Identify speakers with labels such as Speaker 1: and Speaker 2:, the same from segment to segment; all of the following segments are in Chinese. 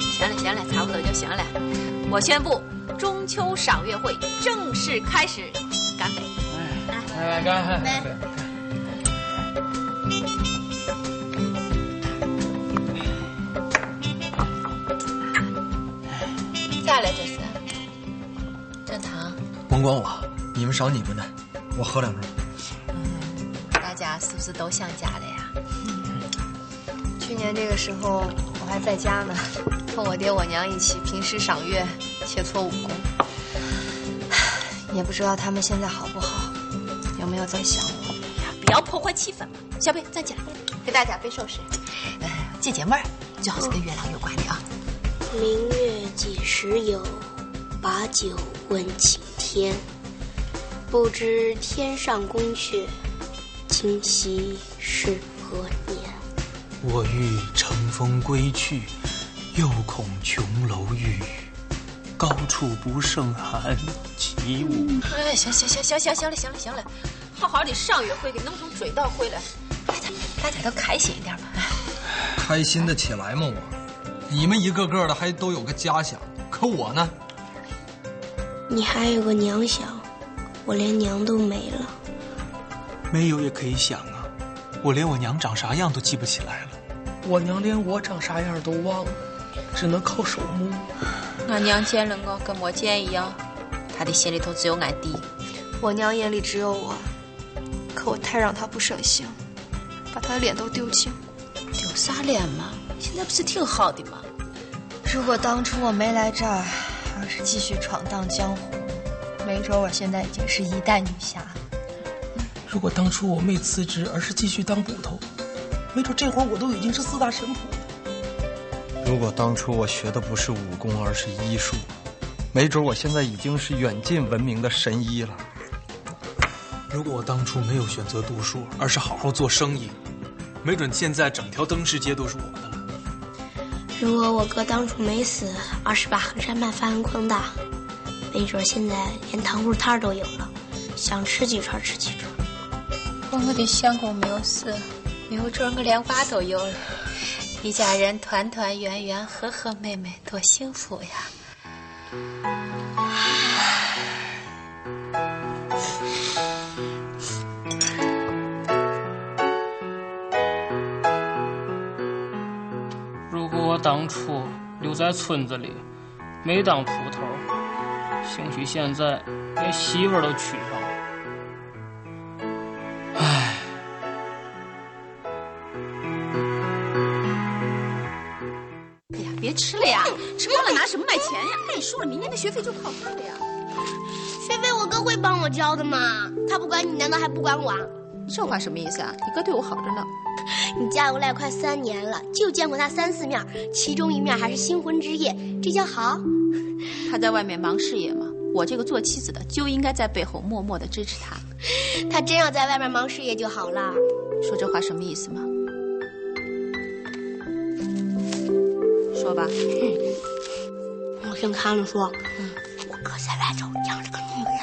Speaker 1: 行了，差不多就行了。我宣布，中秋赏月会正式开始，干杯！
Speaker 2: 来来干！
Speaker 1: 咋了这是？正常，
Speaker 3: 甭管我，你们赏你们的，我喝两盅。
Speaker 1: 大家是不是都想家了呀？
Speaker 4: 嗯去年这个时候我还在家呢，和我爹我娘一起平时赏月，切磋武功。唉也不知道他们现在好不好，有没有在想我？
Speaker 1: 哎呀，不要破坏气氛嘛！小贝，站起来，给大家背首诗，呃解解闷儿，最好是跟月亮有关的啊。
Speaker 5: 明月几时有？把酒问青天。不知天上宫阙，今夕是何年？
Speaker 6: 我欲乘风归去，又恐琼楼玉宇，高处不胜寒。起舞，
Speaker 1: 哎，行行行行行行了行了行了，好好的赏月会给弄成追悼会了，大家大家都开心一点嘛。哎
Speaker 3: 开心的起来吗？我，你们一个个的还都有个家想，可我呢？
Speaker 5: 你还有个娘想，我连娘都没了。
Speaker 6: 没有也可以想啊，我连我娘长啥样都记不起来了。
Speaker 2: 我娘连我长啥样都忘了，只能靠手摸。
Speaker 1: 俺娘见了我跟没见一样，她的心里头只有俺弟。
Speaker 4: 我娘眼里只有我，可我太让她不省心，把她的脸都丢尽。
Speaker 1: 丢啥脸嘛？现在不是挺好的吗？
Speaker 4: 如果当初我没来这儿，而是继续闯荡江湖，没准我现在已经是一代女侠。
Speaker 2: 如果当初我没辞职，而是继续当捕头，没准这会儿我都已经是四大神捕了。
Speaker 3: 如果当初我学的不是武功，而是医术，没准我现在已经是远近闻名的神医了。
Speaker 6: 如果我当初没有选择读书，而是好好做生意，没准现在整条灯市街都是我的了。
Speaker 5: 如果我哥当初没死，而是把衡山办发扬光大，没准现在连糖葫芦摊儿都有了，想吃几串吃几串。
Speaker 1: 我我的相公没有死，没准我连娃都有了，一家人团团圆圆、和和美美，多幸福呀！
Speaker 7: 如果我当初留在村子里，没当捕头，兴许现在连媳妇儿都娶上了。
Speaker 1: 哎呀，别吃了呀，吃光了拿什么买钱呀？跟你说了，明年的学费就不好办了呀。
Speaker 5: 学费我哥会帮我交的嘛，他不管你，难道还不管我？啊？
Speaker 1: 这话什么意思啊？你哥对我好着呢。
Speaker 5: 你嫁过来快三年了，就见过他三四面，其中一面还是新婚之夜，这叫好？
Speaker 1: 他在外面忙事业嘛，我这个做妻子的就应该在背后默默的支持他。
Speaker 5: 他真要在外面忙事业就好了。
Speaker 1: 说这话什么意思吗？说吧，
Speaker 5: 我听他们说，我哥在外头养着个女人。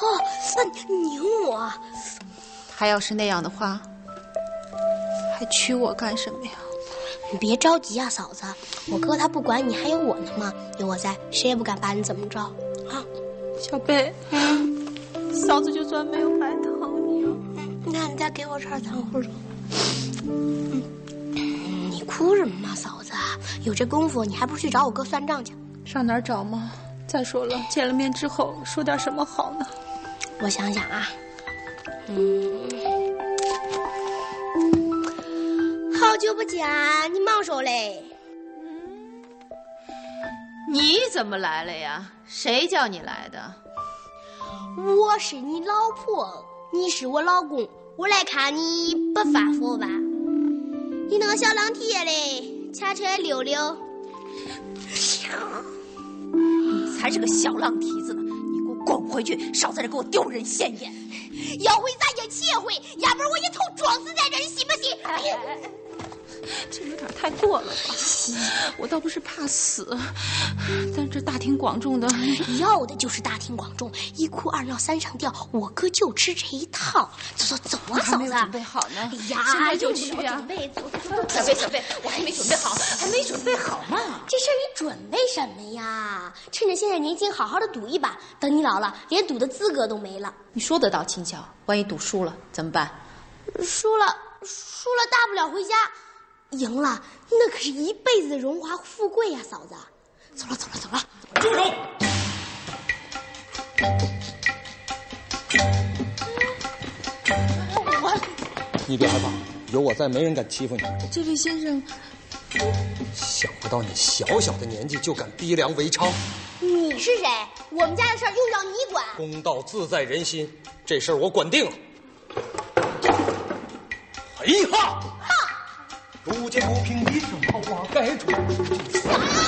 Speaker 5: 哦，那你拧我，
Speaker 1: 他要是那样的话，还娶我干什么呀？
Speaker 5: 你别着急啊，嫂子，我哥他不管你，还有我呢嘛，有我在，谁也不敢把你怎么着啊。
Speaker 1: 小贝，嫂子就算没有白疼你。
Speaker 5: 嗯那你再给我串糖葫芦。嗯你哭什么嘛，嫂子？有这功夫，你还不如去找我哥算账去。
Speaker 8: 上哪儿找吗？再说了，见了面之后说点什么好呢？
Speaker 5: 我想想啊，嗯，好久不见，你忙什么嘞？
Speaker 1: 你怎么来了呀？谁叫你来的？
Speaker 5: 我是你老婆，你是我老公，我来看你不发火吧？你那个小狼蹄嘞，掐车溜溜。
Speaker 1: 你才是个小浪蹄子呢！你给我滚回去，少在这给我丢人现眼！
Speaker 5: 要回咱就切回，要不然我一头撞死在这儿，你信不信？哎呀
Speaker 8: 这有点太过了吧？我倒不是怕死，但这大庭广众的，
Speaker 5: 要的就是大庭广众，一哭二闹三上吊，我哥就吃这一套。走走走
Speaker 9: 我
Speaker 5: 啊，
Speaker 9: 还
Speaker 5: 嫂
Speaker 9: 没有
Speaker 5: 子！
Speaker 9: 准备好呢，
Speaker 5: 哎呀，
Speaker 9: 现在就去
Speaker 5: 用不着
Speaker 9: 啊
Speaker 5: 准！备，走走走走
Speaker 4: 准备准备，我还没准备好，还没准备好嘛。
Speaker 5: 这事儿你准备什么呀？趁着现在年轻，好好的赌一把，等你老了，连赌的资格都没了。
Speaker 1: 你说得到轻巧，万一赌输了怎么办？
Speaker 5: 输了，输了大不了回家；赢了，那可是一辈子的荣华富贵呀、嫂子。走了，走了，走了。
Speaker 2: 住手！
Speaker 3: 你别害怕，有我在，没人敢欺负你。
Speaker 9: 这位先生，
Speaker 3: 想不到你小小的年纪就敢逼良为娼，
Speaker 5: 你是谁？我们家的事儿用得着你管？
Speaker 3: 公道自在人心，这事儿我管定了。哎呀！
Speaker 2: 路见不平一声炮，我该出。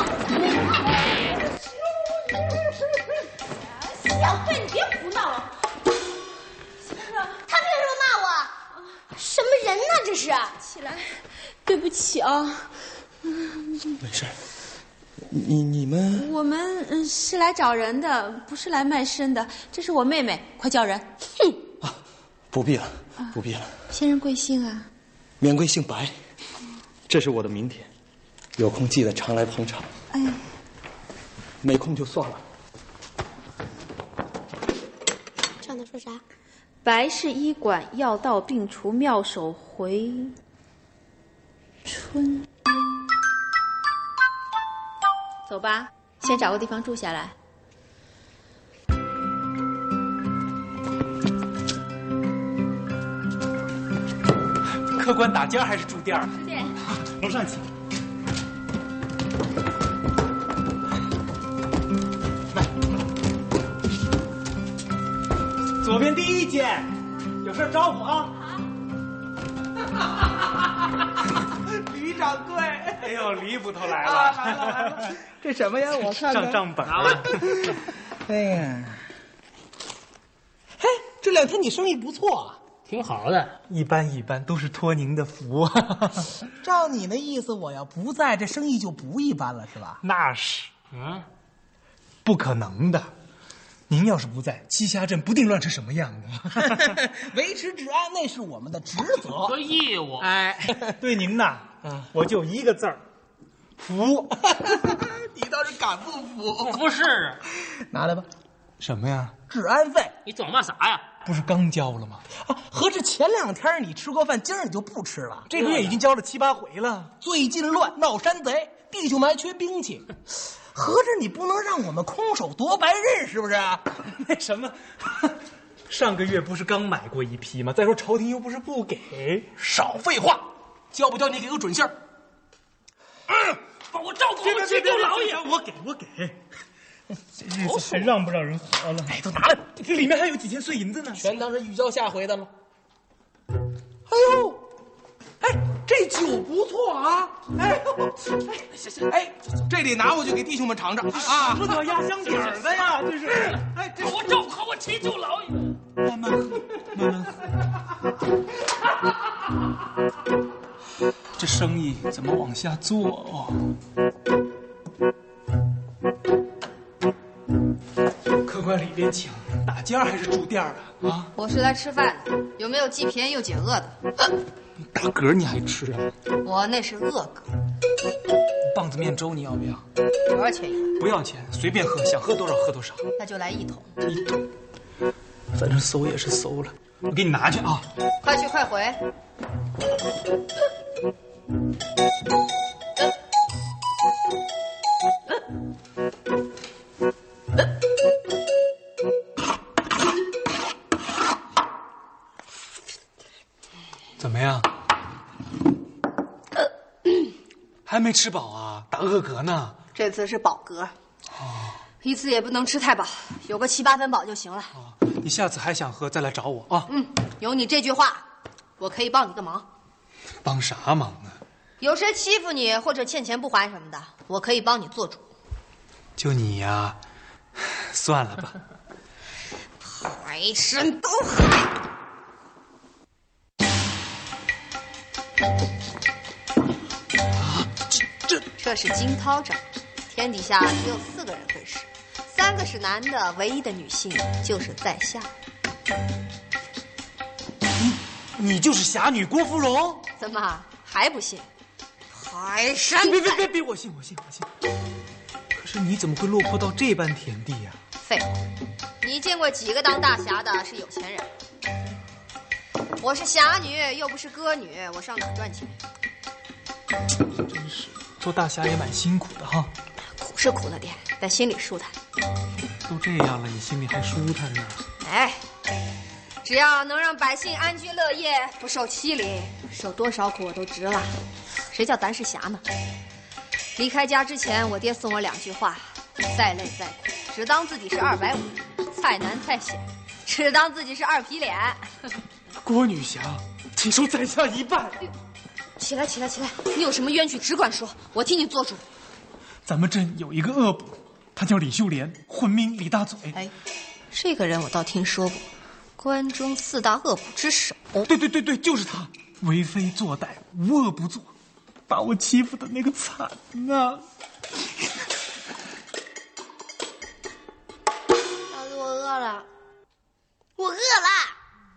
Speaker 5: 小慧，你别胡闹了。他凭什么骂我？什么人呢？这是？
Speaker 9: 对不起啊，
Speaker 2: 没事儿，你你们
Speaker 9: 我们嗯是来找人的，不是来卖身的。这是我妹妹，快叫人。
Speaker 3: 啊不必了，不必了。
Speaker 9: 先生贵姓啊？
Speaker 3: 免贵姓白，这是我的名帖，有空记得常来捧场。
Speaker 9: 哎，
Speaker 3: 没空就算了。
Speaker 5: 上头说啥？
Speaker 9: 白氏医馆药到病除，妙手回春。走吧，先找个地方住下来。
Speaker 2: 客官打尖儿还是住店儿？住店。楼上请。来，左边第一间，有事招呼啊。
Speaker 6: 李掌柜，啊
Speaker 2: 哎呦，李捕头来了，
Speaker 6: 来了来了，
Speaker 2: 这什么呀？我看
Speaker 6: 上账本
Speaker 2: 啊
Speaker 6: 了。
Speaker 2: 哎呀，嘿，这两天你生意不错啊。
Speaker 7: 挺好的。
Speaker 6: 一般一般，都是托您的
Speaker 2: 啊
Speaker 6: 福。
Speaker 2: 照你那意思，我要不在，这生意就不一般了，是 吧？
Speaker 6: 那是
Speaker 7: 嗯，
Speaker 6: 不可能的。您要是不在，栖霞镇不定乱成什么样啊！
Speaker 2: 维持治安那是我们的职责。
Speaker 7: 这义务。
Speaker 2: 哎，
Speaker 6: 对您呐，
Speaker 7: 嗯
Speaker 6: 我就一个字儿， 服。
Speaker 2: 你倒是敢不服？
Speaker 7: 不是啊，
Speaker 2: 拿来吧，
Speaker 6: 什么呀？
Speaker 2: 治安费
Speaker 7: 你装嘛啥呀？
Speaker 6: 不是刚交了吗？
Speaker 2: 啊，合着前两天你吃过饭，今儿你就不吃了。
Speaker 6: 这个月已经交了七八回了。
Speaker 2: 最近乱闹山贼，弟兄们还缺兵器，合着你不能让我们空手夺白刃，是不是？
Speaker 6: 那什么，上个月不是刚买过一批吗？再说朝廷又不是不给。
Speaker 2: 少废话，交不交你给个准信儿。
Speaker 7: 把我照顾好，去救老爷。
Speaker 6: 我给我给。这日子还让不让人活了？哎，都拿来，这里面还有几千碎银子呢。
Speaker 2: 全当是预交下回的了。哎呦，哎，这酒不错啊！哎呦，哎，哎，这得拿回去给弟兄们尝尝啊！
Speaker 6: 不得压箱底儿的呀，这是。哎，这
Speaker 7: 把我照顾好，我去救老爷。
Speaker 6: 慢慢喝，慢慢喝。 这生意怎么往下做哦？客官里边请，打尖儿还是住店儿的啊？
Speaker 4: 我是来吃饭的，有没有既便宜又解饿的？
Speaker 6: 打嗝你还吃啊？
Speaker 4: 我那是饿嗝，
Speaker 6: 棒子面粥你要不要？
Speaker 4: 多少钱一碗？
Speaker 6: 不要钱，随便喝，想喝多少喝多少。
Speaker 4: 那就来一桶，
Speaker 6: 一桶，反正搜也是搜了，我给你拿去啊。
Speaker 4: 快去快回。
Speaker 6: 怎么样？呃还没吃饱啊？打饿嗝呢？
Speaker 4: 这次是饱嗝，一次也不能吃太饱，有个七八分饱就行了。
Speaker 6: 啊，你下次还想喝再来找我啊？
Speaker 4: 嗯，有你这句话，我可以帮你个忙。
Speaker 6: 帮啥忙啊？
Speaker 4: 有谁欺负你或者欠钱不还什么的，我可以帮你做主。
Speaker 6: 就你呀、算了吧。
Speaker 4: 白身都海。这这是惊涛掌，天底下只有四个人会使，三个是男的，唯一的女性就是在下。
Speaker 6: 你
Speaker 10: 你就是侠女郭芙蓉？
Speaker 1: 怎么还不信？还山
Speaker 6: 别别别别！我信我信我信。可是你怎么会落魄到这般田地呀、
Speaker 1: 废话！你见过几个当大侠的是有钱人？我是侠女，又不是歌女，我上哪儿赚钱？
Speaker 6: 真是做大侠也蛮辛苦的哈。
Speaker 1: 苦是苦了点，但心里舒坦。
Speaker 6: 都这样了，你心里还舒坦呢？
Speaker 1: 哎，只要能让百姓安居乐业，不受欺凌，受多少苦我都值了。谁叫咱是侠呢？离开家之前，我爹送我两句话：再累再苦，只当自己是二百五；再难再险，只当自己是二皮脸。
Speaker 6: 郭女侠，请受在下一拜。
Speaker 1: 起来，起来，起来！你有什么冤屈，只管说，我替你做主。
Speaker 6: 咱们镇有一个恶捕，他叫李秀莲，魂名李大嘴。哎，
Speaker 1: 这个人我倒听说过，关中四大恶捕之首。
Speaker 6: 对对对对，就是他，为非作歹，无恶不作，把我欺负的那个惨啊呐、
Speaker 5: 老子我饿了，我饿了，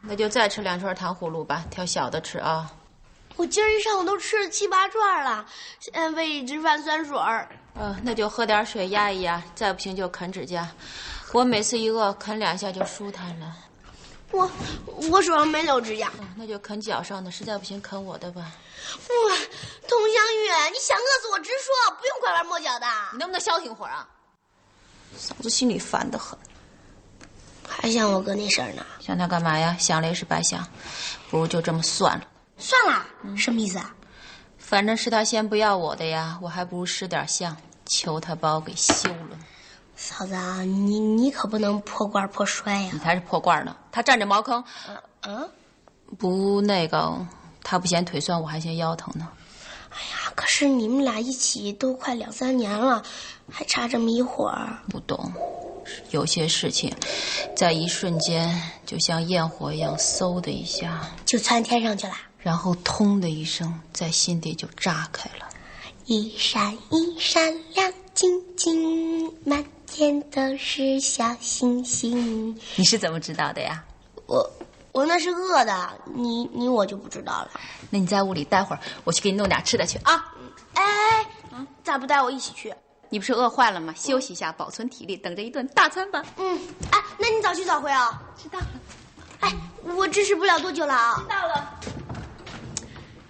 Speaker 9: 那就再吃两串糖葫芦吧，挑小的吃啊。
Speaker 5: 我今儿一上午都吃了七八串了，现在喂一只饭酸水儿。
Speaker 9: 呃，那就喝点水压一压，再不行就啃指甲。我每次一饿，啃两下就舒坦了。呃
Speaker 5: 我我手上没留指甲。
Speaker 9: 那就啃脚上的，实在不行啃我的吧。
Speaker 5: 哇，佟湘玉，你想饿死我直说，不用拐弯抹角的。
Speaker 1: 你能不能消停会儿啊？
Speaker 9: 嫂子心里烦得很，
Speaker 5: 还想我哥那事儿呢？
Speaker 9: 想他干嘛呀？想了也是白想，不如就这么算了。
Speaker 5: 算了，什么意思啊？
Speaker 9: 反正是他先不要我的呀，我还不如施点相，求他把我给休了。
Speaker 5: 嫂子啊，你你可不能破罐破摔呀、
Speaker 9: 你才是破罐呢！他占着茅坑，
Speaker 5: 啊，
Speaker 9: 不那个，他不嫌腿酸，我还嫌腰疼呢。
Speaker 5: 可是你们俩一起都快两三年了，还差这么一会儿。
Speaker 9: 不懂，有些事情，在一瞬间就像焰火一样，嗖的一下，
Speaker 5: 就窜天上去了，
Speaker 9: 然后通的一声，在心底就炸开了。
Speaker 5: 一闪一闪亮晶晶，满天都是小星星。
Speaker 9: 你是怎么知道的呀？
Speaker 5: 我我那是饿的，你你我就不知道了。
Speaker 9: 那你在屋里待会儿，我去给你弄点吃的去啊。
Speaker 5: 哎，咋不带我一起去？
Speaker 9: 你不是饿坏了吗？休息一下，保存体力，等着一顿大餐吧。
Speaker 5: 嗯，哎，那你早去早回啊。知道了。哎，我支持不了多久了啊。知道了。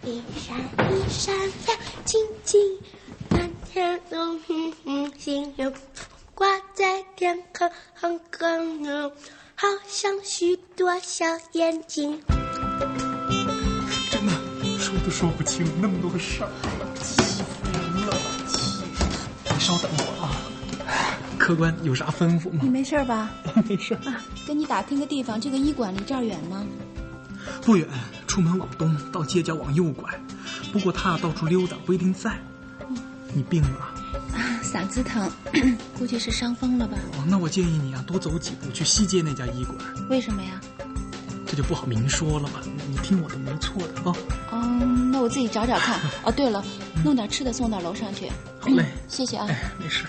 Speaker 5: 一闪一闪亮晶晶，满天都是星星，挂在天空很高呢，好像许多小眼睛。
Speaker 6: 真的，说都说不清，那么多事儿，欺负人了。你稍等我啊，客官有啥吩咐吗？
Speaker 9: 你没事吧？ 啊
Speaker 6: 没事儿，
Speaker 9: 跟你打听个地方，这个医馆离这儿远吗？
Speaker 6: 不远，出门往东，到街角往右拐。不过他到处溜达，不一定在。你病了，
Speaker 9: 啊嗓子疼， 估计是伤风了吧？
Speaker 6: 哦那我建议你啊，多走几步去西街那家医馆，
Speaker 9: 为什么呀？
Speaker 6: 这就不好明说了吧？你听我的，没错的啊、
Speaker 9: 哦，那我自己找找 看。哦，对了，弄点吃的送到楼上去。
Speaker 6: 好嘞，
Speaker 9: 谢谢啊。哎
Speaker 6: 哎，没事。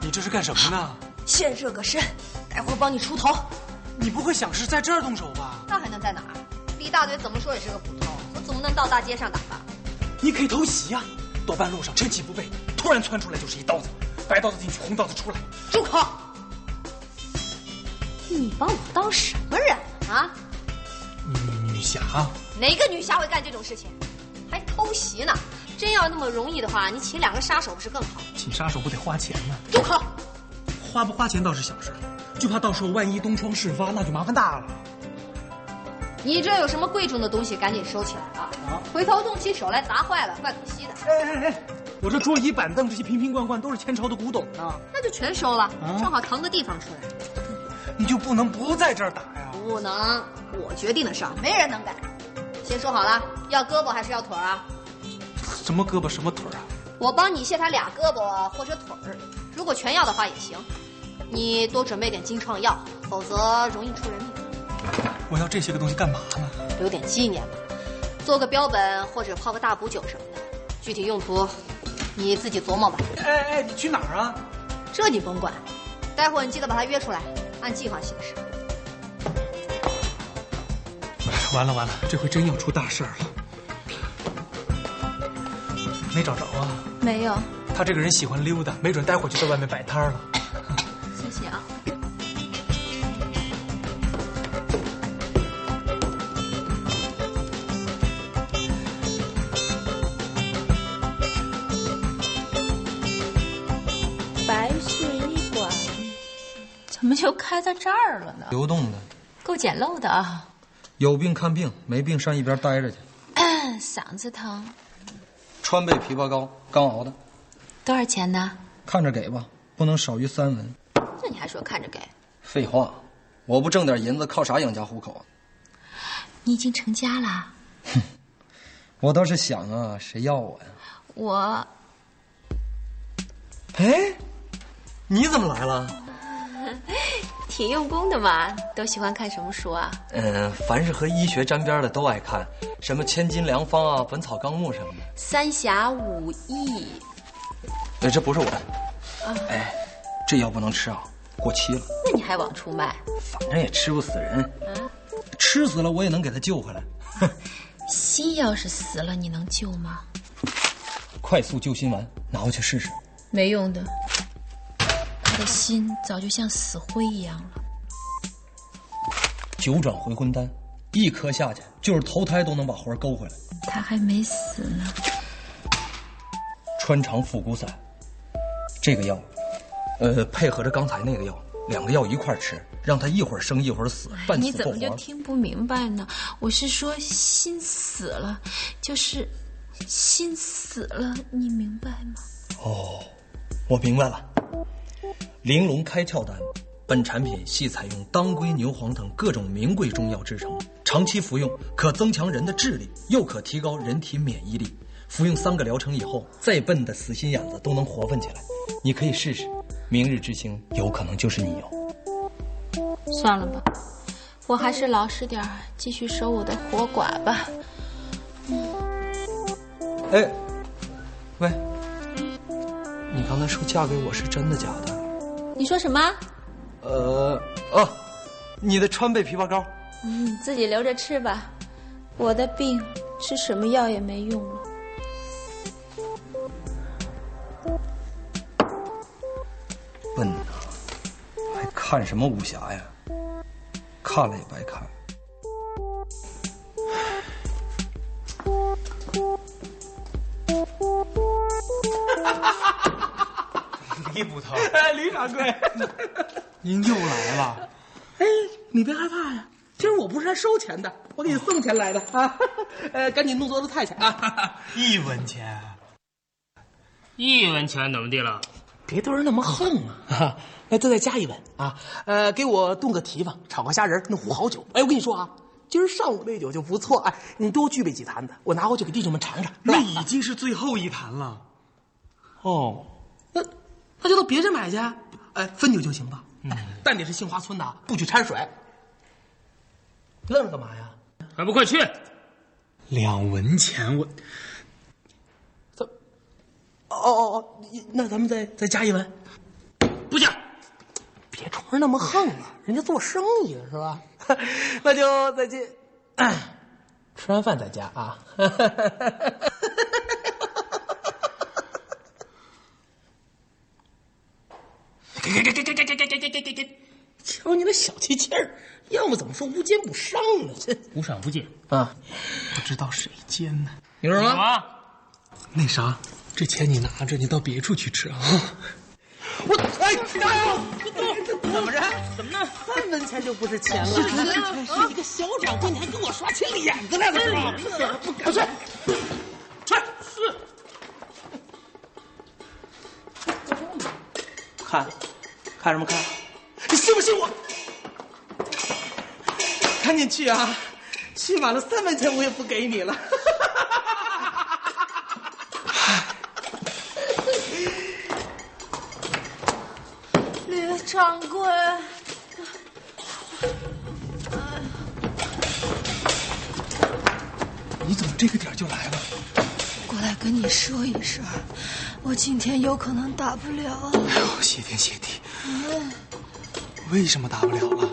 Speaker 10: 你这是干什么呢？
Speaker 1: 先哎热个身，待会儿帮你出头。
Speaker 10: 你不会想是在这儿动手吧？
Speaker 1: 那还能在哪儿？李大嘴怎么说也是个捕头，我总不能到大街上打吧？
Speaker 10: 你可以偷袭
Speaker 6: 啊
Speaker 10: 呀、多半路上趁其不备，突然窜出来就是一刀子，白刀子进去，红刀子出来。
Speaker 1: 住口！你把我当什么人啊？
Speaker 6: 女女侠，
Speaker 1: 哪个女侠会干这种事情？还偷袭呢？真要那么容易的话，你请两个杀手不是更好？
Speaker 6: 请杀手不得花钱吗？
Speaker 1: 住口！
Speaker 6: 花不花钱倒是小事，就怕到时候万一东窗事发，那就麻烦大了。
Speaker 1: 你这有什么贵重的东西，赶紧收起来啊！回头动起手来砸坏了，怪可惜的。
Speaker 6: 哎哎哎，我这桌椅板凳这些瓶瓶罐罐都是千朝的古董啊呢、
Speaker 1: 那就全收了，正好腾个地方出来。
Speaker 6: 你就不能不在这儿打呀？
Speaker 1: 不能，我决定的事儿，没人能改。先说好了，要胳膊还是要腿儿啊？
Speaker 6: 什么胳膊什么腿儿啊？
Speaker 1: 我帮你卸他俩胳膊或者腿儿，如果全要的话也行。你多准备点金创药，否则容易出人命。
Speaker 6: 我要这些个东西干嘛呢？
Speaker 1: 留点纪念吧，做个标本或者泡个大补酒什么的。具体用途你自己琢磨吧，
Speaker 6: 哎哎，你去哪儿啊？
Speaker 1: 这你甭管。待会儿你记得把他约出来，按
Speaker 4: 按计划行事。
Speaker 6: 哎完了完了，这回真要出大事儿了。没找着啊？
Speaker 9: 没有，
Speaker 6: 他这个人喜欢溜达，没准待会儿就在外面摆摊儿了。
Speaker 9: 谢谢啊。
Speaker 1: 白事医馆怎么就开在这儿了呢？
Speaker 3: 流动的，
Speaker 9: 够简陋的啊。
Speaker 3: 有病看病，没病上一边待着去。
Speaker 9: 嗓子疼，
Speaker 3: 川贝枇杷膏，刚熬的，
Speaker 9: 多少钱呢？
Speaker 3: 看着给吧，不能少于三文。
Speaker 9: 这你还说看着给？
Speaker 3: 废话，我不挣点银子，靠啥养家糊口啊？
Speaker 9: 你已经成家了，
Speaker 3: 我倒是想啊，谁要我呀？
Speaker 9: 我
Speaker 3: 哎，你怎么来了？
Speaker 9: 挺用功的嘛。都喜欢看什么书啊？
Speaker 3: 呃
Speaker 11: 嗯，凡是和医学沾边的都爱看，什么《千金良方》啊，《本草纲目》什么的。
Speaker 9: 三侠五义
Speaker 3: 哎，这不是我的，
Speaker 9: 啊，
Speaker 3: 哎，这药不能吃啊，过期了，
Speaker 9: 那你还往出卖？啊
Speaker 3: 反正也吃不死人，吃死了我也能给他救回来。
Speaker 9: 心要是死了，你能救吗？
Speaker 3: 快速救心丸，拿回去试试。
Speaker 9: 没用的，他的心早就像死灰一样了。
Speaker 3: 九转回魂丹，一颗下去就是投胎都能把魂儿勾回来。
Speaker 9: 他还没死呢，
Speaker 3: 穿肠复骨散，这个药，呃，配合着刚才那个药，两个药一块儿吃，让他一会儿生一会儿死，半
Speaker 9: 哎你
Speaker 3: 死
Speaker 9: 怎
Speaker 3: 不
Speaker 9: 么就
Speaker 3: 活。
Speaker 9: 听不明白呢？我是说心死了，就是心死了，你明白吗？
Speaker 3: 哦，我明白了。玲珑开窍丹，本产品系采用当归、牛黄等各种名贵中药制成，长期服用可增强人的智力，又可提高人体免疫力。服用三个疗程以后，再笨的死心眼子都能活泛起来。你可以试试，明日之星有可能就是你哦有。
Speaker 9: 算了吧，我还是老实点儿，继续守我的活寡吧。
Speaker 3: 哎，喂，你刚才说嫁给我是真的假的？
Speaker 9: 你说什么？
Speaker 3: 呃，哦，你的川贝枇杷膏，
Speaker 9: 嗯，自己留着吃吧。我的病吃什么药也没用了。
Speaker 3: 笨呐，还看什么武侠呀？看了也白看。
Speaker 6: 李捕头，
Speaker 2: 哎，李掌柜，
Speaker 6: 您又来了。
Speaker 2: 哎，你别害怕呀，今儿我不是来收钱的，我给你送钱来的啊。 呃，赶紧弄桌子菜去啊。
Speaker 6: 一文钱，
Speaker 7: 一文钱怎么地了？
Speaker 2: 别对人那么横啊！那再再加一碗啊，呃，给我炖个蹄膀，炒个虾仁儿，弄壶好酒。哎，我跟你说啊，今儿上午那酒就不错，哎，你多具备几坛子，我拿回去给弟兄们尝尝。
Speaker 6: 那已经是最后一坛了。
Speaker 2: 哦，那那就到别人买去，哎，分酒就行吧。
Speaker 6: 嗯
Speaker 2: 但你是杏花村的啊，不许掺水。愣着干嘛呀？
Speaker 7: 还不快去！
Speaker 6: 两文钱，我
Speaker 2: 哦哦哦，你那咱们再再加一碗。
Speaker 7: 不行，
Speaker 2: 别冲人那么横啊，人家做生意的是吧？那就再见。吃完饭再加啊。
Speaker 7: 给给给给给给给给给给给！
Speaker 2: 瞧你那小气气儿，要么怎么说无奸不商呢？这
Speaker 7: 无赏不进。
Speaker 2: 啊，
Speaker 6: 不知道谁奸呢。
Speaker 2: 你说什
Speaker 7: 什
Speaker 2: 么？
Speaker 7: 么？
Speaker 6: 那啥，这钱你拿着，你到别处去吃啊。
Speaker 2: 我 哎呀，怎么着？怎么呢？三文钱就不是钱了，是一个小掌柜，你还跟我耍起脸子来了是吧？不敢去，去嗯是。看，看什么看？你信不信我？赶紧去啊！去晚了三文钱我也不给你了。
Speaker 8: 吕掌柜，
Speaker 6: 你怎么这个点儿就来了？
Speaker 4: 过来跟你说一声，我今天有可能打不了。
Speaker 6: 谢天谢地，为什么打不了了？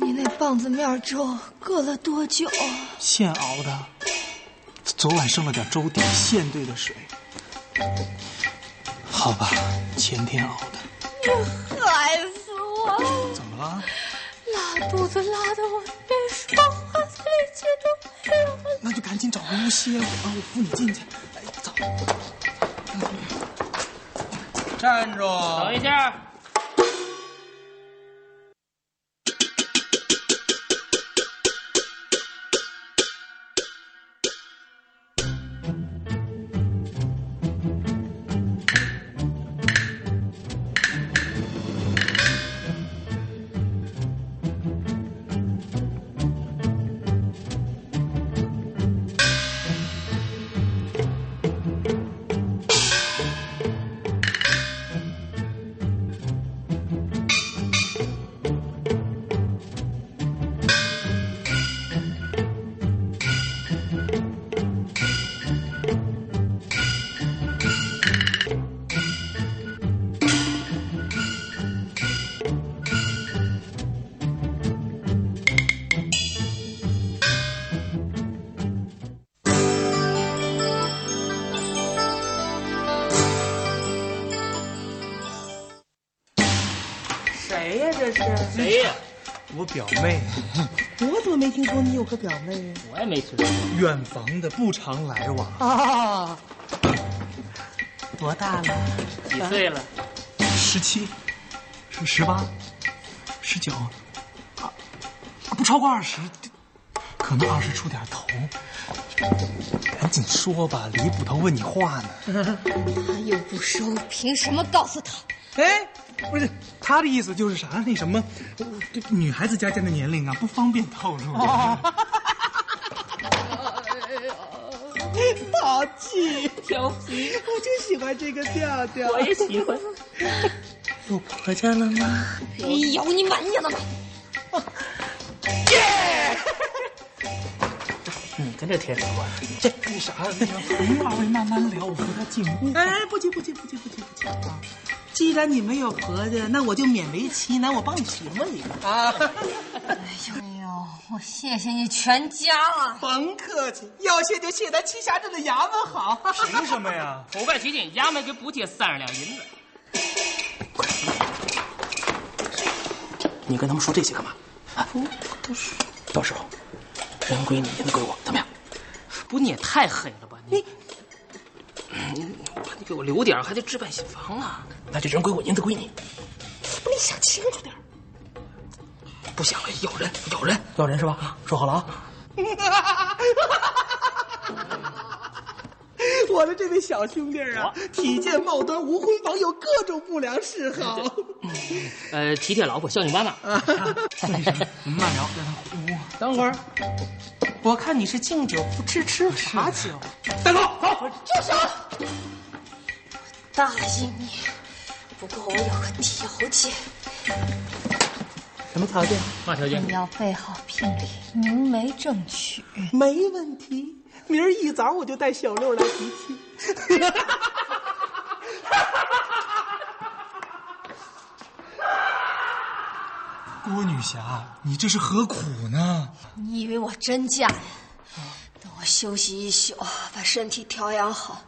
Speaker 4: 你那棒子面粥搁了多久啊？
Speaker 6: 现熬的，昨晚剩了点粥底，现兑的水。好吧，前天熬的。
Speaker 4: 你害死我了！
Speaker 6: 怎么了？
Speaker 4: 拉肚子拉的我连说
Speaker 1: 啊
Speaker 4: 话的力气都没有了。
Speaker 6: 那就赶紧找个屋歇会儿啊！我扶你进去。哎，走。
Speaker 3: 站住！
Speaker 7: 等一下，
Speaker 2: 谁呀、这是？
Speaker 7: 谁呀？
Speaker 3: 我表妹，
Speaker 2: 我怎么没听说你有个表妹
Speaker 7: 我也没听说。
Speaker 3: 远房的不常来往，
Speaker 2: 啊？啊，多大了？
Speaker 7: 几岁了？
Speaker 6: 十七、十十八、十九，啊，不超过二十，可能二十出点头。赶紧说吧，李捕头问你话呢。
Speaker 4: 他又不收，凭什么告诉他？
Speaker 6: 哎，不是，他的意思就是啥？那什么，呃这个女孩子家庭的年龄啊，不方便透 露。
Speaker 2: 哎淘气，
Speaker 7: 调皮，
Speaker 2: 我就喜欢这个调调。
Speaker 7: 我也喜 欢。
Speaker 2: 我婆家了吗？
Speaker 4: 你有哎你满意了吗？
Speaker 7: 你跟这天使关系？
Speaker 6: 这干啥呀？我们二位慢慢聊，我和他进屋。
Speaker 2: 哎，不急不急不急不急不急啊！既然你没有婆家，那我就勉为其难，我帮你寻摸一个啊！
Speaker 4: 哎呦，我谢谢你全家了。
Speaker 2: 甭客气，要谢就谢咱栖霞镇的衙门好。
Speaker 3: 凭什么呀？
Speaker 7: 头拜起点，衙门给补贴三十两银子。
Speaker 11: 你跟他们说这些干嘛？啊，到时候人归你，银子归我，怎么样？
Speaker 7: 不，你也太黑了吧！你，嗯你给我留点儿，还得置办新房啊！
Speaker 11: 那就人归我，银子归你。
Speaker 7: 不，你想清楚点。
Speaker 11: 不想了，咬人，咬人，咬人是吧？啊，说好了啊。
Speaker 2: 我的这位小兄弟啊，体健貌端，无婚房，有各种不良嗜好。
Speaker 7: 呃，体贴老婆，孝敬妈妈。
Speaker 6: 慢聊，让他回屋。
Speaker 2: 等会儿，我看你是敬酒不吃吃罚酒。
Speaker 6: 带走，走。
Speaker 4: 答应你，不过我有个条件，
Speaker 2: 什么条件？
Speaker 7: 嘛条件
Speaker 4: 你？要备好聘礼，明媒正娶。
Speaker 2: 没问题，明儿一早我就带小六来提亲。
Speaker 6: 郭女侠，你这是何苦呢？
Speaker 4: 你以为我真嫁人？
Speaker 12: 啊
Speaker 4: 等我休息一宿，把身体调养好，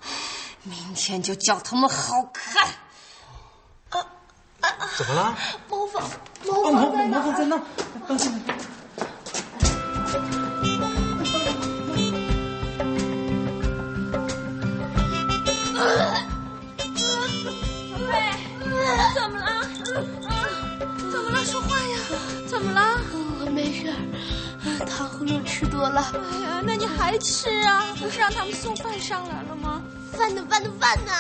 Speaker 4: 明天就叫他们好看。
Speaker 6: 怎么了？
Speaker 4: 茅房，茅
Speaker 12: 哦
Speaker 4: 房在哪儿？
Speaker 2: 在那儿。
Speaker 9: 喂，怎么了？啊，怎么了？说话呀？怎么了？
Speaker 5: 我没事儿，糖葫芦吃多了。
Speaker 9: 哎呀，那你还吃啊？不是让他们送饭上来了吗？
Speaker 5: 饭呢？饭呢？饭呢？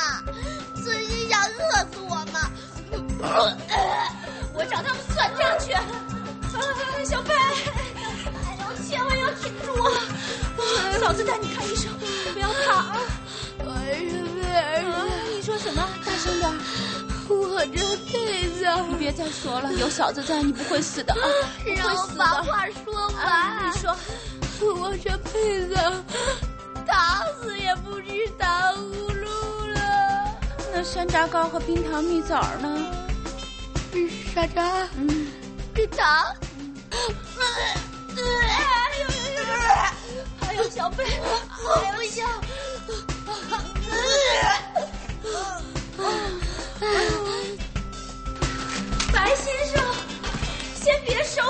Speaker 5: 孙心想饿死我吗？
Speaker 9: 我找他们算账去。啊，小贝，哎呦，千万要挺住啊！嫂子带你看医生，不要怕啊！
Speaker 5: 我是贝
Speaker 9: 啊，你说什么？大声点儿！
Speaker 5: 我这辈子
Speaker 9: 你别再说了，有嫂子在，你不会死的啊！不
Speaker 5: 让
Speaker 9: 会
Speaker 5: 我
Speaker 9: 死
Speaker 5: 把
Speaker 9: 的。
Speaker 5: 话说
Speaker 9: 啊，
Speaker 5: 完
Speaker 9: 你。说，
Speaker 5: 我这辈子打死也不吃糖葫芦了。
Speaker 9: 那山楂糕和冰糖蜜枣呢？
Speaker 5: 莎莎，
Speaker 9: 嗯，这糖。哎呦呦呦！哎呦，小贝，哎呦笑。白先生，先别收，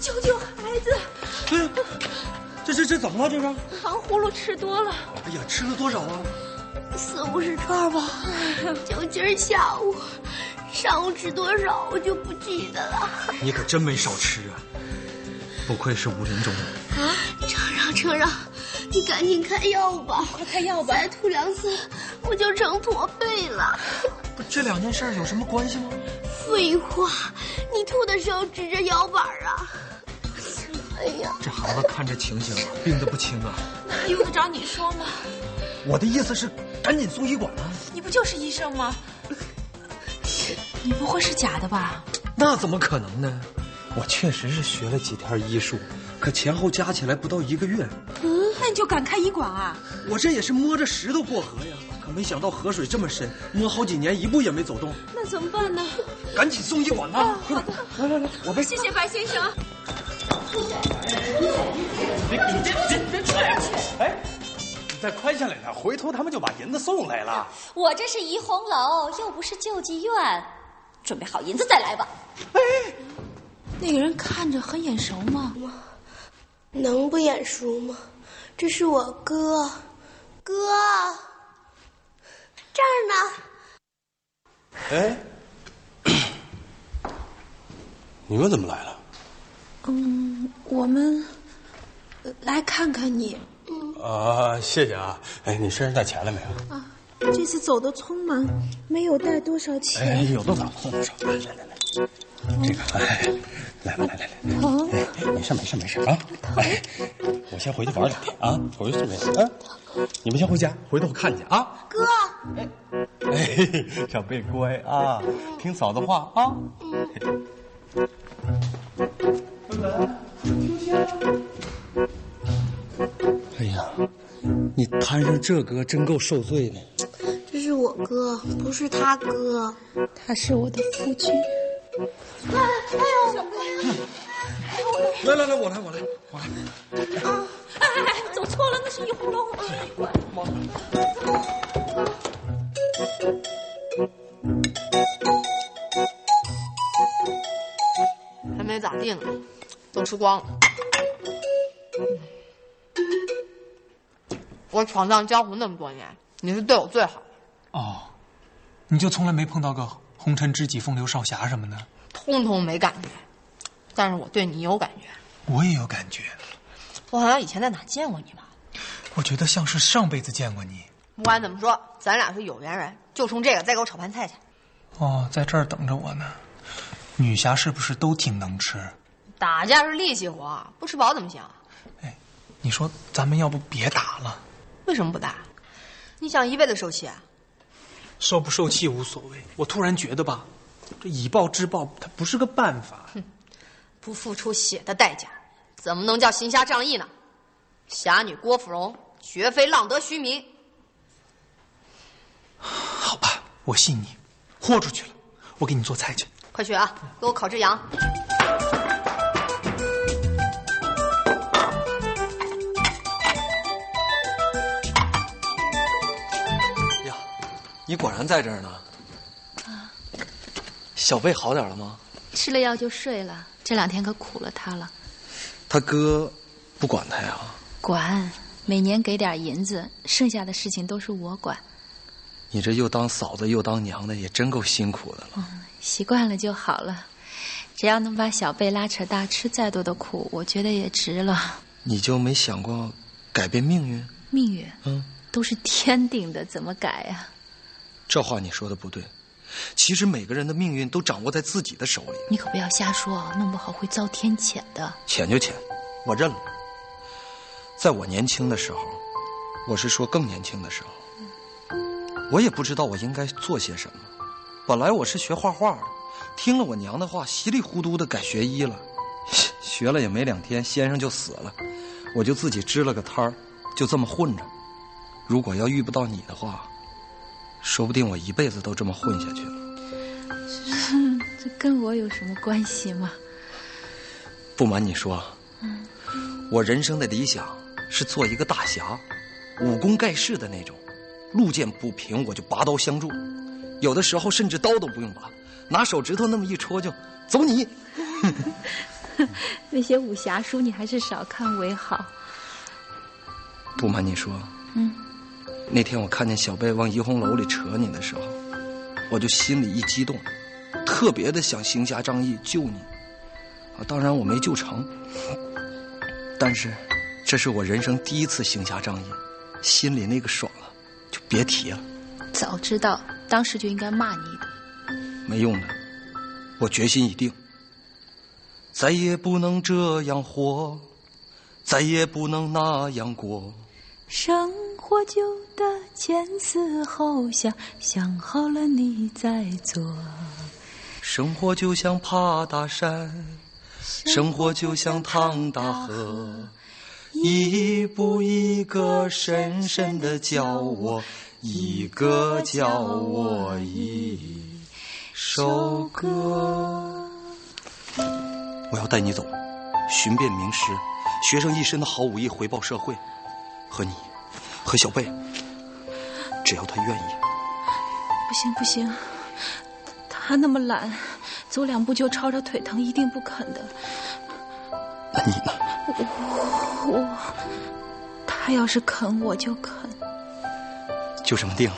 Speaker 9: 救救孩子！
Speaker 3: 这这这怎么了？这是？
Speaker 9: 糖葫芦吃多了，
Speaker 3: 哎呀，吃了多少啊？
Speaker 5: 四五十串吧，就今儿下午，上午吃多少我就不记得了。
Speaker 3: 你可真没少吃啊！不愧是武林中人，
Speaker 5: 啊，程让程让，你赶紧开药吧，快开药吧！再吐两次我就成驼背了。
Speaker 3: 不，这两件事儿有什么关系吗？
Speaker 5: 废话，你吐的时候指着摇板儿啊！哎呀，
Speaker 3: 这孩子看这情形啊，病得不轻啊！
Speaker 8: 还用得着你说吗？
Speaker 3: 我的意思是，赶紧送医馆啊！
Speaker 8: 你不就是医生吗？你不会是假的吧？
Speaker 3: 那怎么可能呢？我确实是学了几天医术，可前后加起来不到一个月。
Speaker 8: 嗯，那你就敢开医馆啊？
Speaker 3: 我这也是摸着石头过河呀，可没想到河水这么深，摸好几年一步也没走动。
Speaker 8: 那怎么办呢？
Speaker 3: 赶紧送医馆啊吧！快点，来来来，我背。
Speaker 8: 谢谢白先生。
Speaker 12: 别别别别拽我！哎，你再宽下来点，回头他们就把银子送来了。
Speaker 13: 我这是怡红楼，又不是救济院。准备好银子再来吧。
Speaker 8: 那个人看着很眼熟吗？
Speaker 5: 能不眼熟吗？这是我哥，哥，这儿呢。
Speaker 12: 哎， 你们怎么来了？
Speaker 8: 嗯，我们呃来看看你。
Speaker 12: 啊，谢谢啊。哎，你身上带钱了没啊有？
Speaker 4: 啊
Speaker 8: 这次走的匆忙，没有带多少
Speaker 12: 哎，
Speaker 8: 钱。
Speaker 12: 有多少送多少。来来来，这个，哎，来吧，来来来，
Speaker 8: 疼，
Speaker 12: 没事没事没事啊。哎，我先回去玩两天啊，回去送给你啊。你们先回家，回头我看你啊。
Speaker 5: 哥，
Speaker 12: 哎，小贝乖啊，听嫂子话啊。哎呀，你摊上这歌真够受罪的。
Speaker 5: 这是我哥，不是他哥。
Speaker 8: 他是我的夫君。
Speaker 5: 哎哎呦，小贝，
Speaker 3: 来来来，我来我来。
Speaker 9: 哎哎哎，走错了，那是怡红楼，不是医馆。
Speaker 4: 还没咋地呢，都吃光了。我闯荡江湖那么多年，你是对我最好，
Speaker 6: 哦，你就从来没碰到个红尘知己、风流少侠什么的？
Speaker 4: 通通没感觉。但是我对你有感觉，
Speaker 6: 我也有感觉，
Speaker 4: 我好像以前在哪见过你吧？
Speaker 6: 我觉得像是上辈子见过你。
Speaker 4: 不管怎么说，咱俩是有缘人，就冲这个再给我炒盘菜去。
Speaker 6: 哦，在这儿等着我呢。女侠是不是都挺能吃？
Speaker 4: 打架是力气活，不吃饱怎么行？
Speaker 6: 哎你说咱们要不别打了？
Speaker 4: 为什么不打？你想一辈子受气啊？
Speaker 6: 受不受气无所谓。我突然觉得吧，这以暴制暴它不是个办法。
Speaker 4: 不付出血的代价，怎么能叫行侠仗义呢？侠女郭芙蓉绝非浪得虚名。
Speaker 6: 好吧，我信你，豁出去了。我给你做菜去。
Speaker 4: 快去啊，给我烤只羊。
Speaker 3: 哎你果然在这儿呢。小贝好点了吗？
Speaker 13: 吃了药就睡了，这两天可苦了他了。
Speaker 3: 他哥不管他呀？
Speaker 13: 管，每年给点银子，剩下的事情都是我管。
Speaker 3: 你这又当嫂子又当娘的，也真够辛苦的了。
Speaker 13: 习惯了就好了。只要能把小贝拉扯大，吃再多的苦，我觉得也值了。
Speaker 3: 你就没想过改变命运？
Speaker 13: 命运
Speaker 3: 嗯，
Speaker 13: 都是天定的，怎么改呀、
Speaker 3: 这话你说的不对。其实每个人的命运都掌握在自己的手里，
Speaker 13: 你可不要瞎说啊，弄不好会遭天谴的。
Speaker 3: 浅就浅，我认了。在我年轻的时候，我是说更年轻的时候，我也不知道我应该做些什么。本来我是学画画的，听了我娘的话，稀里糊涂的改学医了。 学了也没两天，先生就死了，我就自己支了个摊儿，就这么混着。如果要遇不到你的话，说不定我一辈子都这么混下去了。
Speaker 13: 这跟我有什么关系吗？
Speaker 3: 不瞒你说，
Speaker 13: 嗯，
Speaker 3: 我人生的理想是做一个大侠，武功盖世的那种。路见不平我就拔刀相助，有的时候甚至刀都不用拔，拿手指头那么一戳就走你。
Speaker 13: 那些武侠书你还是少看为好。
Speaker 3: 不瞒你说，
Speaker 13: 嗯，
Speaker 3: 那天我看见小贝往怡红楼里扯你的时候，我就心里一激动，特别的想行侠仗义救你。啊，当然我没救成，但是这是我人生第一次行侠仗义，心里那个爽啊，就别提了，
Speaker 13: 早知道当时就应该骂你一顿。
Speaker 3: 没用的。我决心已定，再也不能这样活，再也不能那样过。
Speaker 14: 生活就得前思后想，想好了你再做。
Speaker 3: 生活就像爬大山，生活就像趟大河，一步一个深深的叫我，一个叫我一首歌。我要带你走，寻遍名师，学生一身的好武艺回报社会，和你，和小贝，只要他愿意。
Speaker 8: 不行不行，他那么懒，走两步就吵吵腿疼，一定不肯的。
Speaker 3: 那你呢？
Speaker 8: 我我，他要是肯我就肯。
Speaker 3: 就这么定了。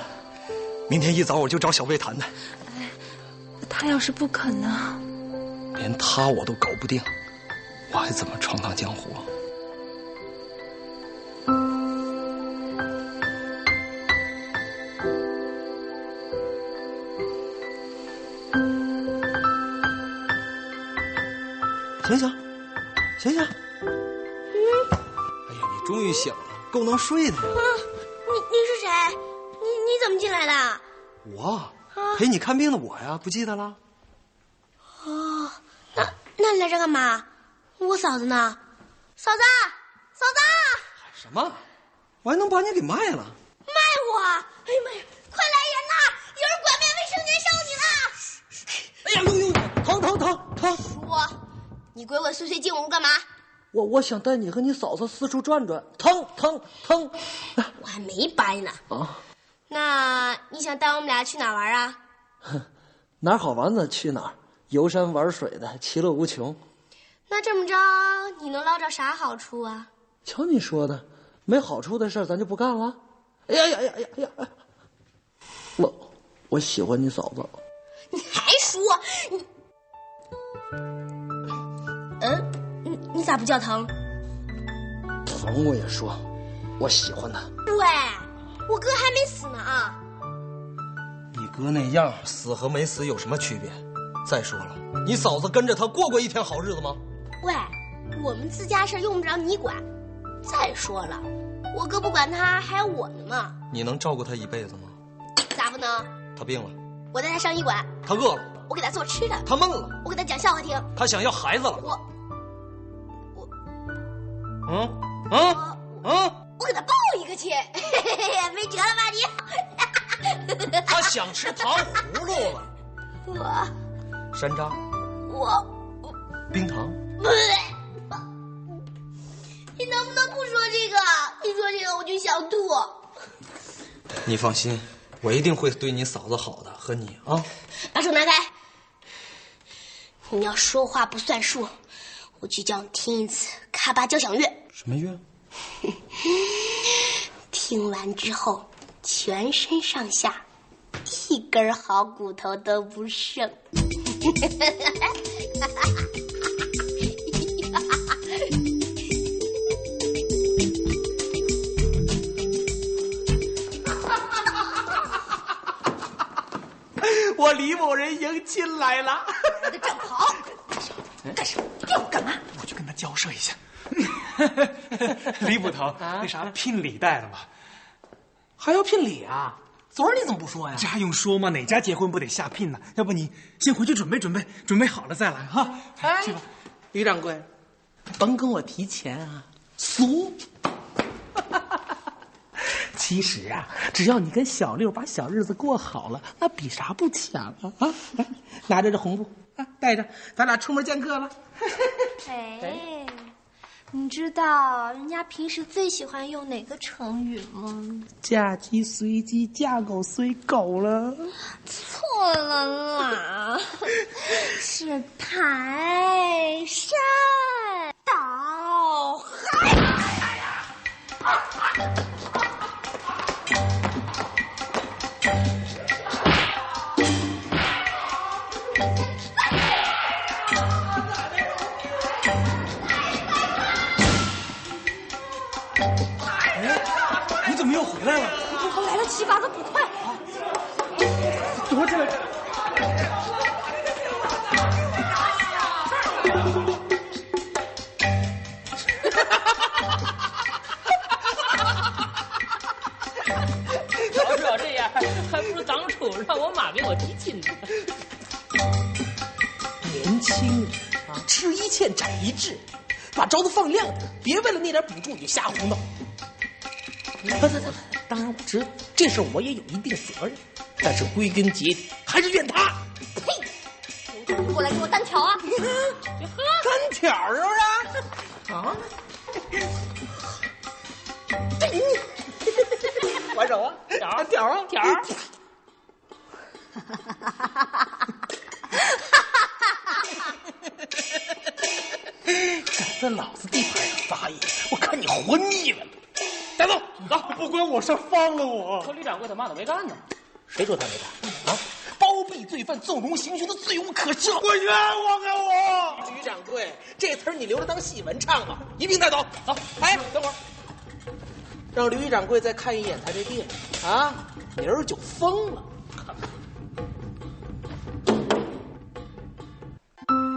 Speaker 3: 明天一早我就找小贝谈谈，
Speaker 8: 他要是不肯呢？
Speaker 3: 连他我都搞不定，我还怎么闯荡江湖啊？醒醒，醒醒！哎呀，你终于醒了，够能睡的呀！
Speaker 5: 你你是谁？你你怎么进来的？
Speaker 3: 我陪你看病的我呀，不记得啦？
Speaker 5: 哦，那那你来这干嘛？我嫂子呢？嫂子，嫂子，
Speaker 3: 什么？我还能把你给卖了？
Speaker 5: 卖我！哎呀妈呀，快来人呐！有人拐卖卫生
Speaker 2: 哎呀，呦
Speaker 5: 间少女了！
Speaker 2: 呦，疼疼疼疼！
Speaker 5: 说，你鬼鬼祟祟进我屋干嘛？
Speaker 2: 我我想带你和你嫂子四处转转，疼疼疼！
Speaker 5: 我还没掰呢。
Speaker 2: 啊，
Speaker 5: 那你想带我们俩去哪儿玩啊？
Speaker 2: 哪儿好玩的去哪儿，游山玩水的，其乐无穷。
Speaker 5: 那这么着，你能捞着啥好处啊？
Speaker 2: 瞧你说的，没好处的事儿咱就不干了。哎呀呀呀呀呀！哎我我喜欢你嫂子，
Speaker 5: 你还说你？嗯，你你咋不叫疼？
Speaker 2: 疼我也说，我喜欢她。
Speaker 5: 对，我哥还没死呢。啊
Speaker 3: 你哥那样，死和没死有什么区别？再说了，你嫂子跟着他过过一天好日子吗？
Speaker 5: 喂，我们自家事儿用不着你管。再说了，我哥不管他，还有我呢嘛，
Speaker 3: 你能照顾他一辈子吗？
Speaker 5: 咋不能？
Speaker 3: 他病了，
Speaker 5: 我带他上医馆，
Speaker 3: 他饿了，
Speaker 5: 我给他做吃的，
Speaker 3: 他闷了，
Speaker 5: 我给他讲笑话听。
Speaker 3: 他想要孩子了。
Speaker 5: 我
Speaker 3: 嗯嗯嗯，
Speaker 5: 我给他抱一个去， 没辙了吧你？
Speaker 3: 他想吃糖葫芦了。
Speaker 5: 我
Speaker 3: 山楂、
Speaker 5: 我，呃
Speaker 3: 冰糖，
Speaker 5: 你能不能不说这个？一说这个我就想吐。
Speaker 3: 你放心，我一定会对你嫂子好的，和你啊。
Speaker 5: 把手拿开！你要说话不算数，我就叫你听一次咔吧交响乐。
Speaker 3: 什么乐？
Speaker 5: 听完之后，全身上下一根好骨头都不剩。
Speaker 2: 我李某人迎亲来了，
Speaker 6: 我去跟他交涉一下。李捕头，那啥聘礼带了吗？
Speaker 2: 还要聘礼啊？昨儿你怎么不说呀？
Speaker 6: 这还用说吗？哪家结婚不得下聘呢？要不你先回去准备准备，准备好了再来哈。
Speaker 2: 哎，李掌柜，甭跟我提钱啊，俗。 其实啊，只要你跟小六把小日子过好了，那比啥不哎强啊！啊，来拿着这红布啊，带着，咱俩出门见客了。
Speaker 5: 哎，你知道人家平时最喜欢用哪个成语吗？
Speaker 2: 嫁鸡随鸡，嫁狗随狗了。
Speaker 5: 错了 啦，是排山倒海。
Speaker 6: 你怎么又回来了？啊
Speaker 15: 我来得及，马子捕快。
Speaker 6: 躲起来！
Speaker 7: 瞧着这样，还不如当初让我妈给我提亲呢。
Speaker 2: 年轻啊，吃一堑长一智，把招子放亮点，别为了那点补助你就瞎胡闹。不不不，当然我知道这事儿我也有一定责任，但是归根结底还是怨他。
Speaker 15: 你过来给我单挑啊！
Speaker 2: 单挑是不是？ 啊？还手啊！挑挑啊！挑！
Speaker 6: 敢在老子地盘上撒野，我看你活腻了！带走，走，不关我事，放了我！
Speaker 7: 可李掌柜他妈的没干呢。
Speaker 2: 谁说他没干啊？包庇罪犯、纵容行凶的罪无可赦！
Speaker 6: 我冤枉啊
Speaker 2: 我！吕掌柜，这词儿你留着当戏文唱吧，一并带走。走，哎，等会儿，让吕掌柜再看一眼他这店啊，明儿就封了。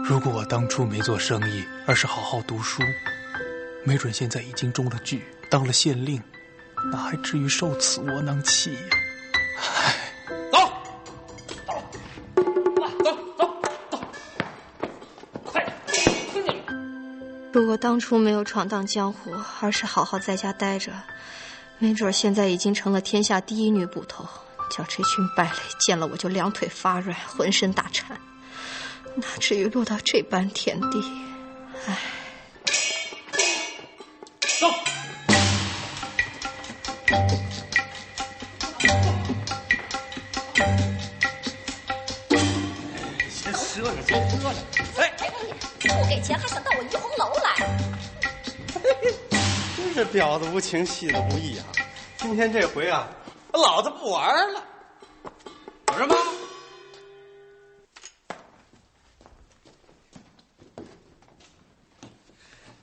Speaker 6: 如果我当初没做生意，而是好好读书，没准现在已经中了举，当了县令，哪还至于受此窝囊气呀、
Speaker 9: 如果当初没有闯荡江湖，而是好好在家待着，没准现在已经成了天下第一女捕头。叫这群败类见了我就两腿发软，浑身打颤，哪至于落到这般田地？唉，
Speaker 15: 先赊着，先赊着。哎，不给钱还想到我怡红楼来？
Speaker 16: 真是婊子无情，戏子无义啊！今天这回啊，
Speaker 2: 老子不玩了。有人吗？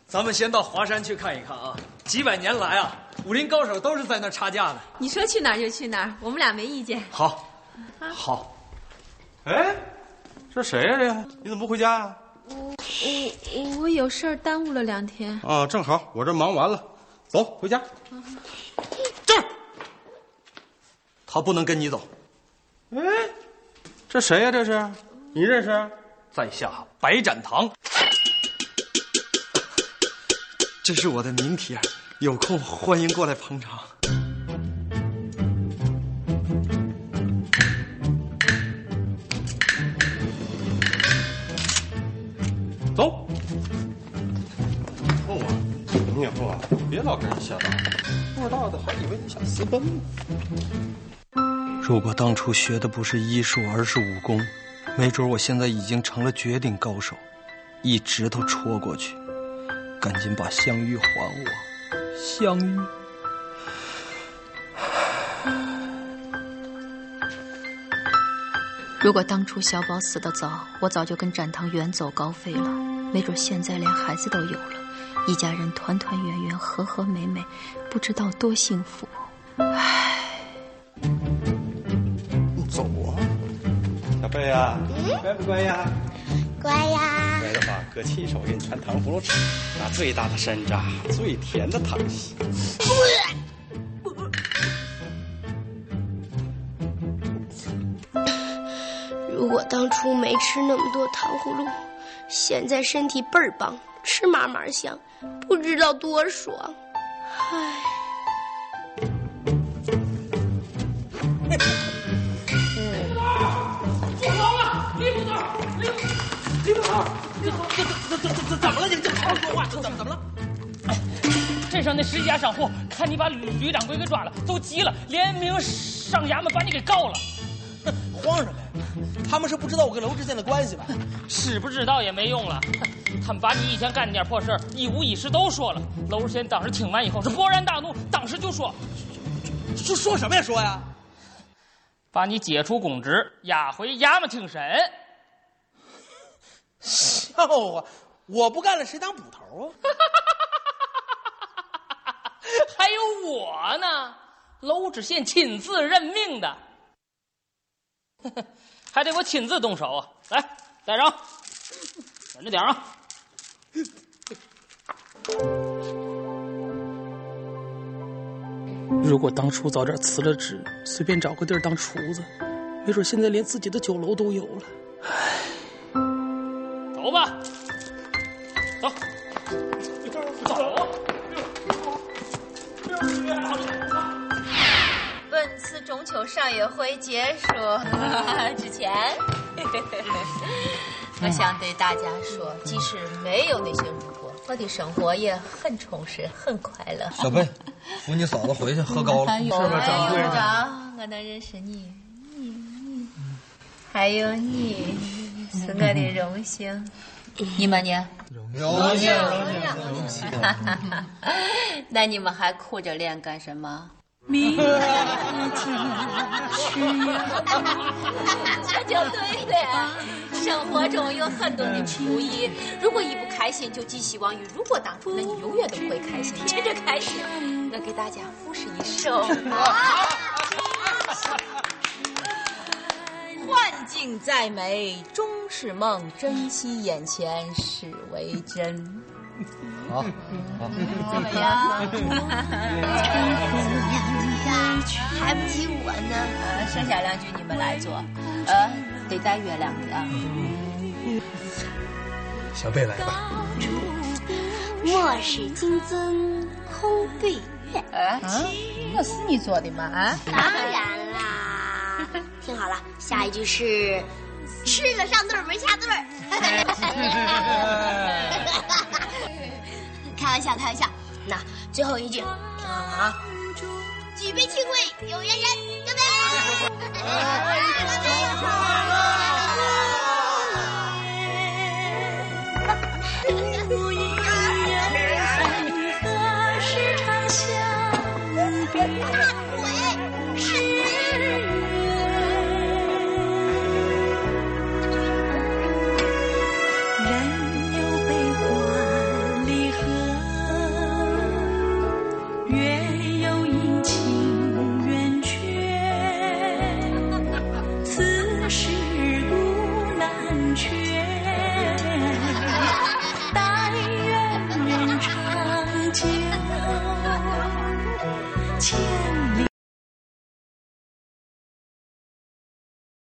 Speaker 17: 咱们先到华山去看一看啊！几百年来啊，武林高手都是在那儿插架的。
Speaker 1: 你说去哪儿就去哪儿，我们俩没意见。
Speaker 17: 好，好，
Speaker 16: 哎，这谁呀、这你怎么不回家啊呀、
Speaker 1: 我我有事儿耽误了两天。
Speaker 16: 啊？正好我这忙完了，走回家。
Speaker 17: 他不能跟你走。
Speaker 16: 哎，这谁呀、这是你认识？啊
Speaker 17: 在下白展堂。
Speaker 3: 这是我的名帖，有空欢迎过来捧场。
Speaker 16: 走。碰我，你也碰我，啊别老跟人瞎搭，不知道的还以为你想私奔呢。
Speaker 3: 如果当初学的不是医术，而是武功，没准我现在已经成了绝顶高手，一指头戳过去。赶紧把香玉还我，香玉。
Speaker 18: 如果当初小宝死得早，我早就跟展堂远走高飞了，没准现在连孩子都有了，一家人团团圆圆，和和美美，不知道多幸福。
Speaker 16: 你走啊，小贝呀、
Speaker 2: 嗯
Speaker 16: 乖不乖呀？
Speaker 5: 乖呀，
Speaker 16: 乖的话，哥亲手给你穿糖葫芦吃，拿最大的山楂，最甜的糖稀。
Speaker 5: 如果当初没吃那么多糖葫芦，现在身体倍儿棒，吃嘛嘛香，不知道多爽。唉，
Speaker 2: 李捕头，李捕头，李捕头，这这这怎怎怎怎么了？你们这好好说话，怎么怎么了？
Speaker 7: 镇上那十几家商户看你把吕吕掌柜给抓了，都急了，联名上衙门把你给告了。
Speaker 2: 慌什么呀？他们是不知道我跟娄之间的关系吧？
Speaker 7: 是不知道也没用了。他们把你以前干的点破事儿一五一十都说了。娄之间当时听完以后是勃然大怒，当时就说：“
Speaker 2: 说说什么呀？说呀！
Speaker 7: 把你解除公职，押回衙门听审。”
Speaker 2: 笑话！哦我不干了，谁当捕头啊？
Speaker 7: 还有我呢，娄知县亲自任命的。 还得我亲自动手啊！来，带上，忍着点啊！
Speaker 6: 如果当初早点辞了职，随便找个地儿当厨子，没准现在连自己的酒楼都有了。
Speaker 7: 走吧，走，走。
Speaker 1: 本次中秋赏月会结 束之前， 我想对大家说，即使没有那些如果，我的生活也很充实，很快乐。
Speaker 3: 小贝，扶你嫂子回去，喝高了，
Speaker 1: 哎呦，哎呦，长，我能认识你，你你，还有你，是我的荣幸。你们呢？
Speaker 3: 荣幸
Speaker 1: 荣幸。
Speaker 16: 嗯
Speaker 1: 那你们还苦着脸干什么？
Speaker 9: 明天去，
Speaker 1: 这就对了。生活中有很多的不易，如果一不开心就寄希望于如果当初，那你永远都不会开心。接着开始，我给大家复试一首。 幻境再美终是梦，珍惜眼前是为真。
Speaker 3: 好，好。
Speaker 1: 怎么样？
Speaker 19: 还不及我呢。
Speaker 1: 呃剩下两句你们来做，呃，得带月亮的啊。
Speaker 20: 小贝来吧，
Speaker 5: 莫使金樽空对月。
Speaker 1: 啊，那是你做的吗？啊，
Speaker 5: 当然 啦。听好了，下一句是吃了上顿没下 顿。开玩笑，开玩笑。那最后一句，听好了啊。举杯庆会，有缘人，干杯！干杯！
Speaker 9: 无意间三里何时长相别？人又悲欢离合，月又阴晴圆缺，此事古难全。但愿人长久，千。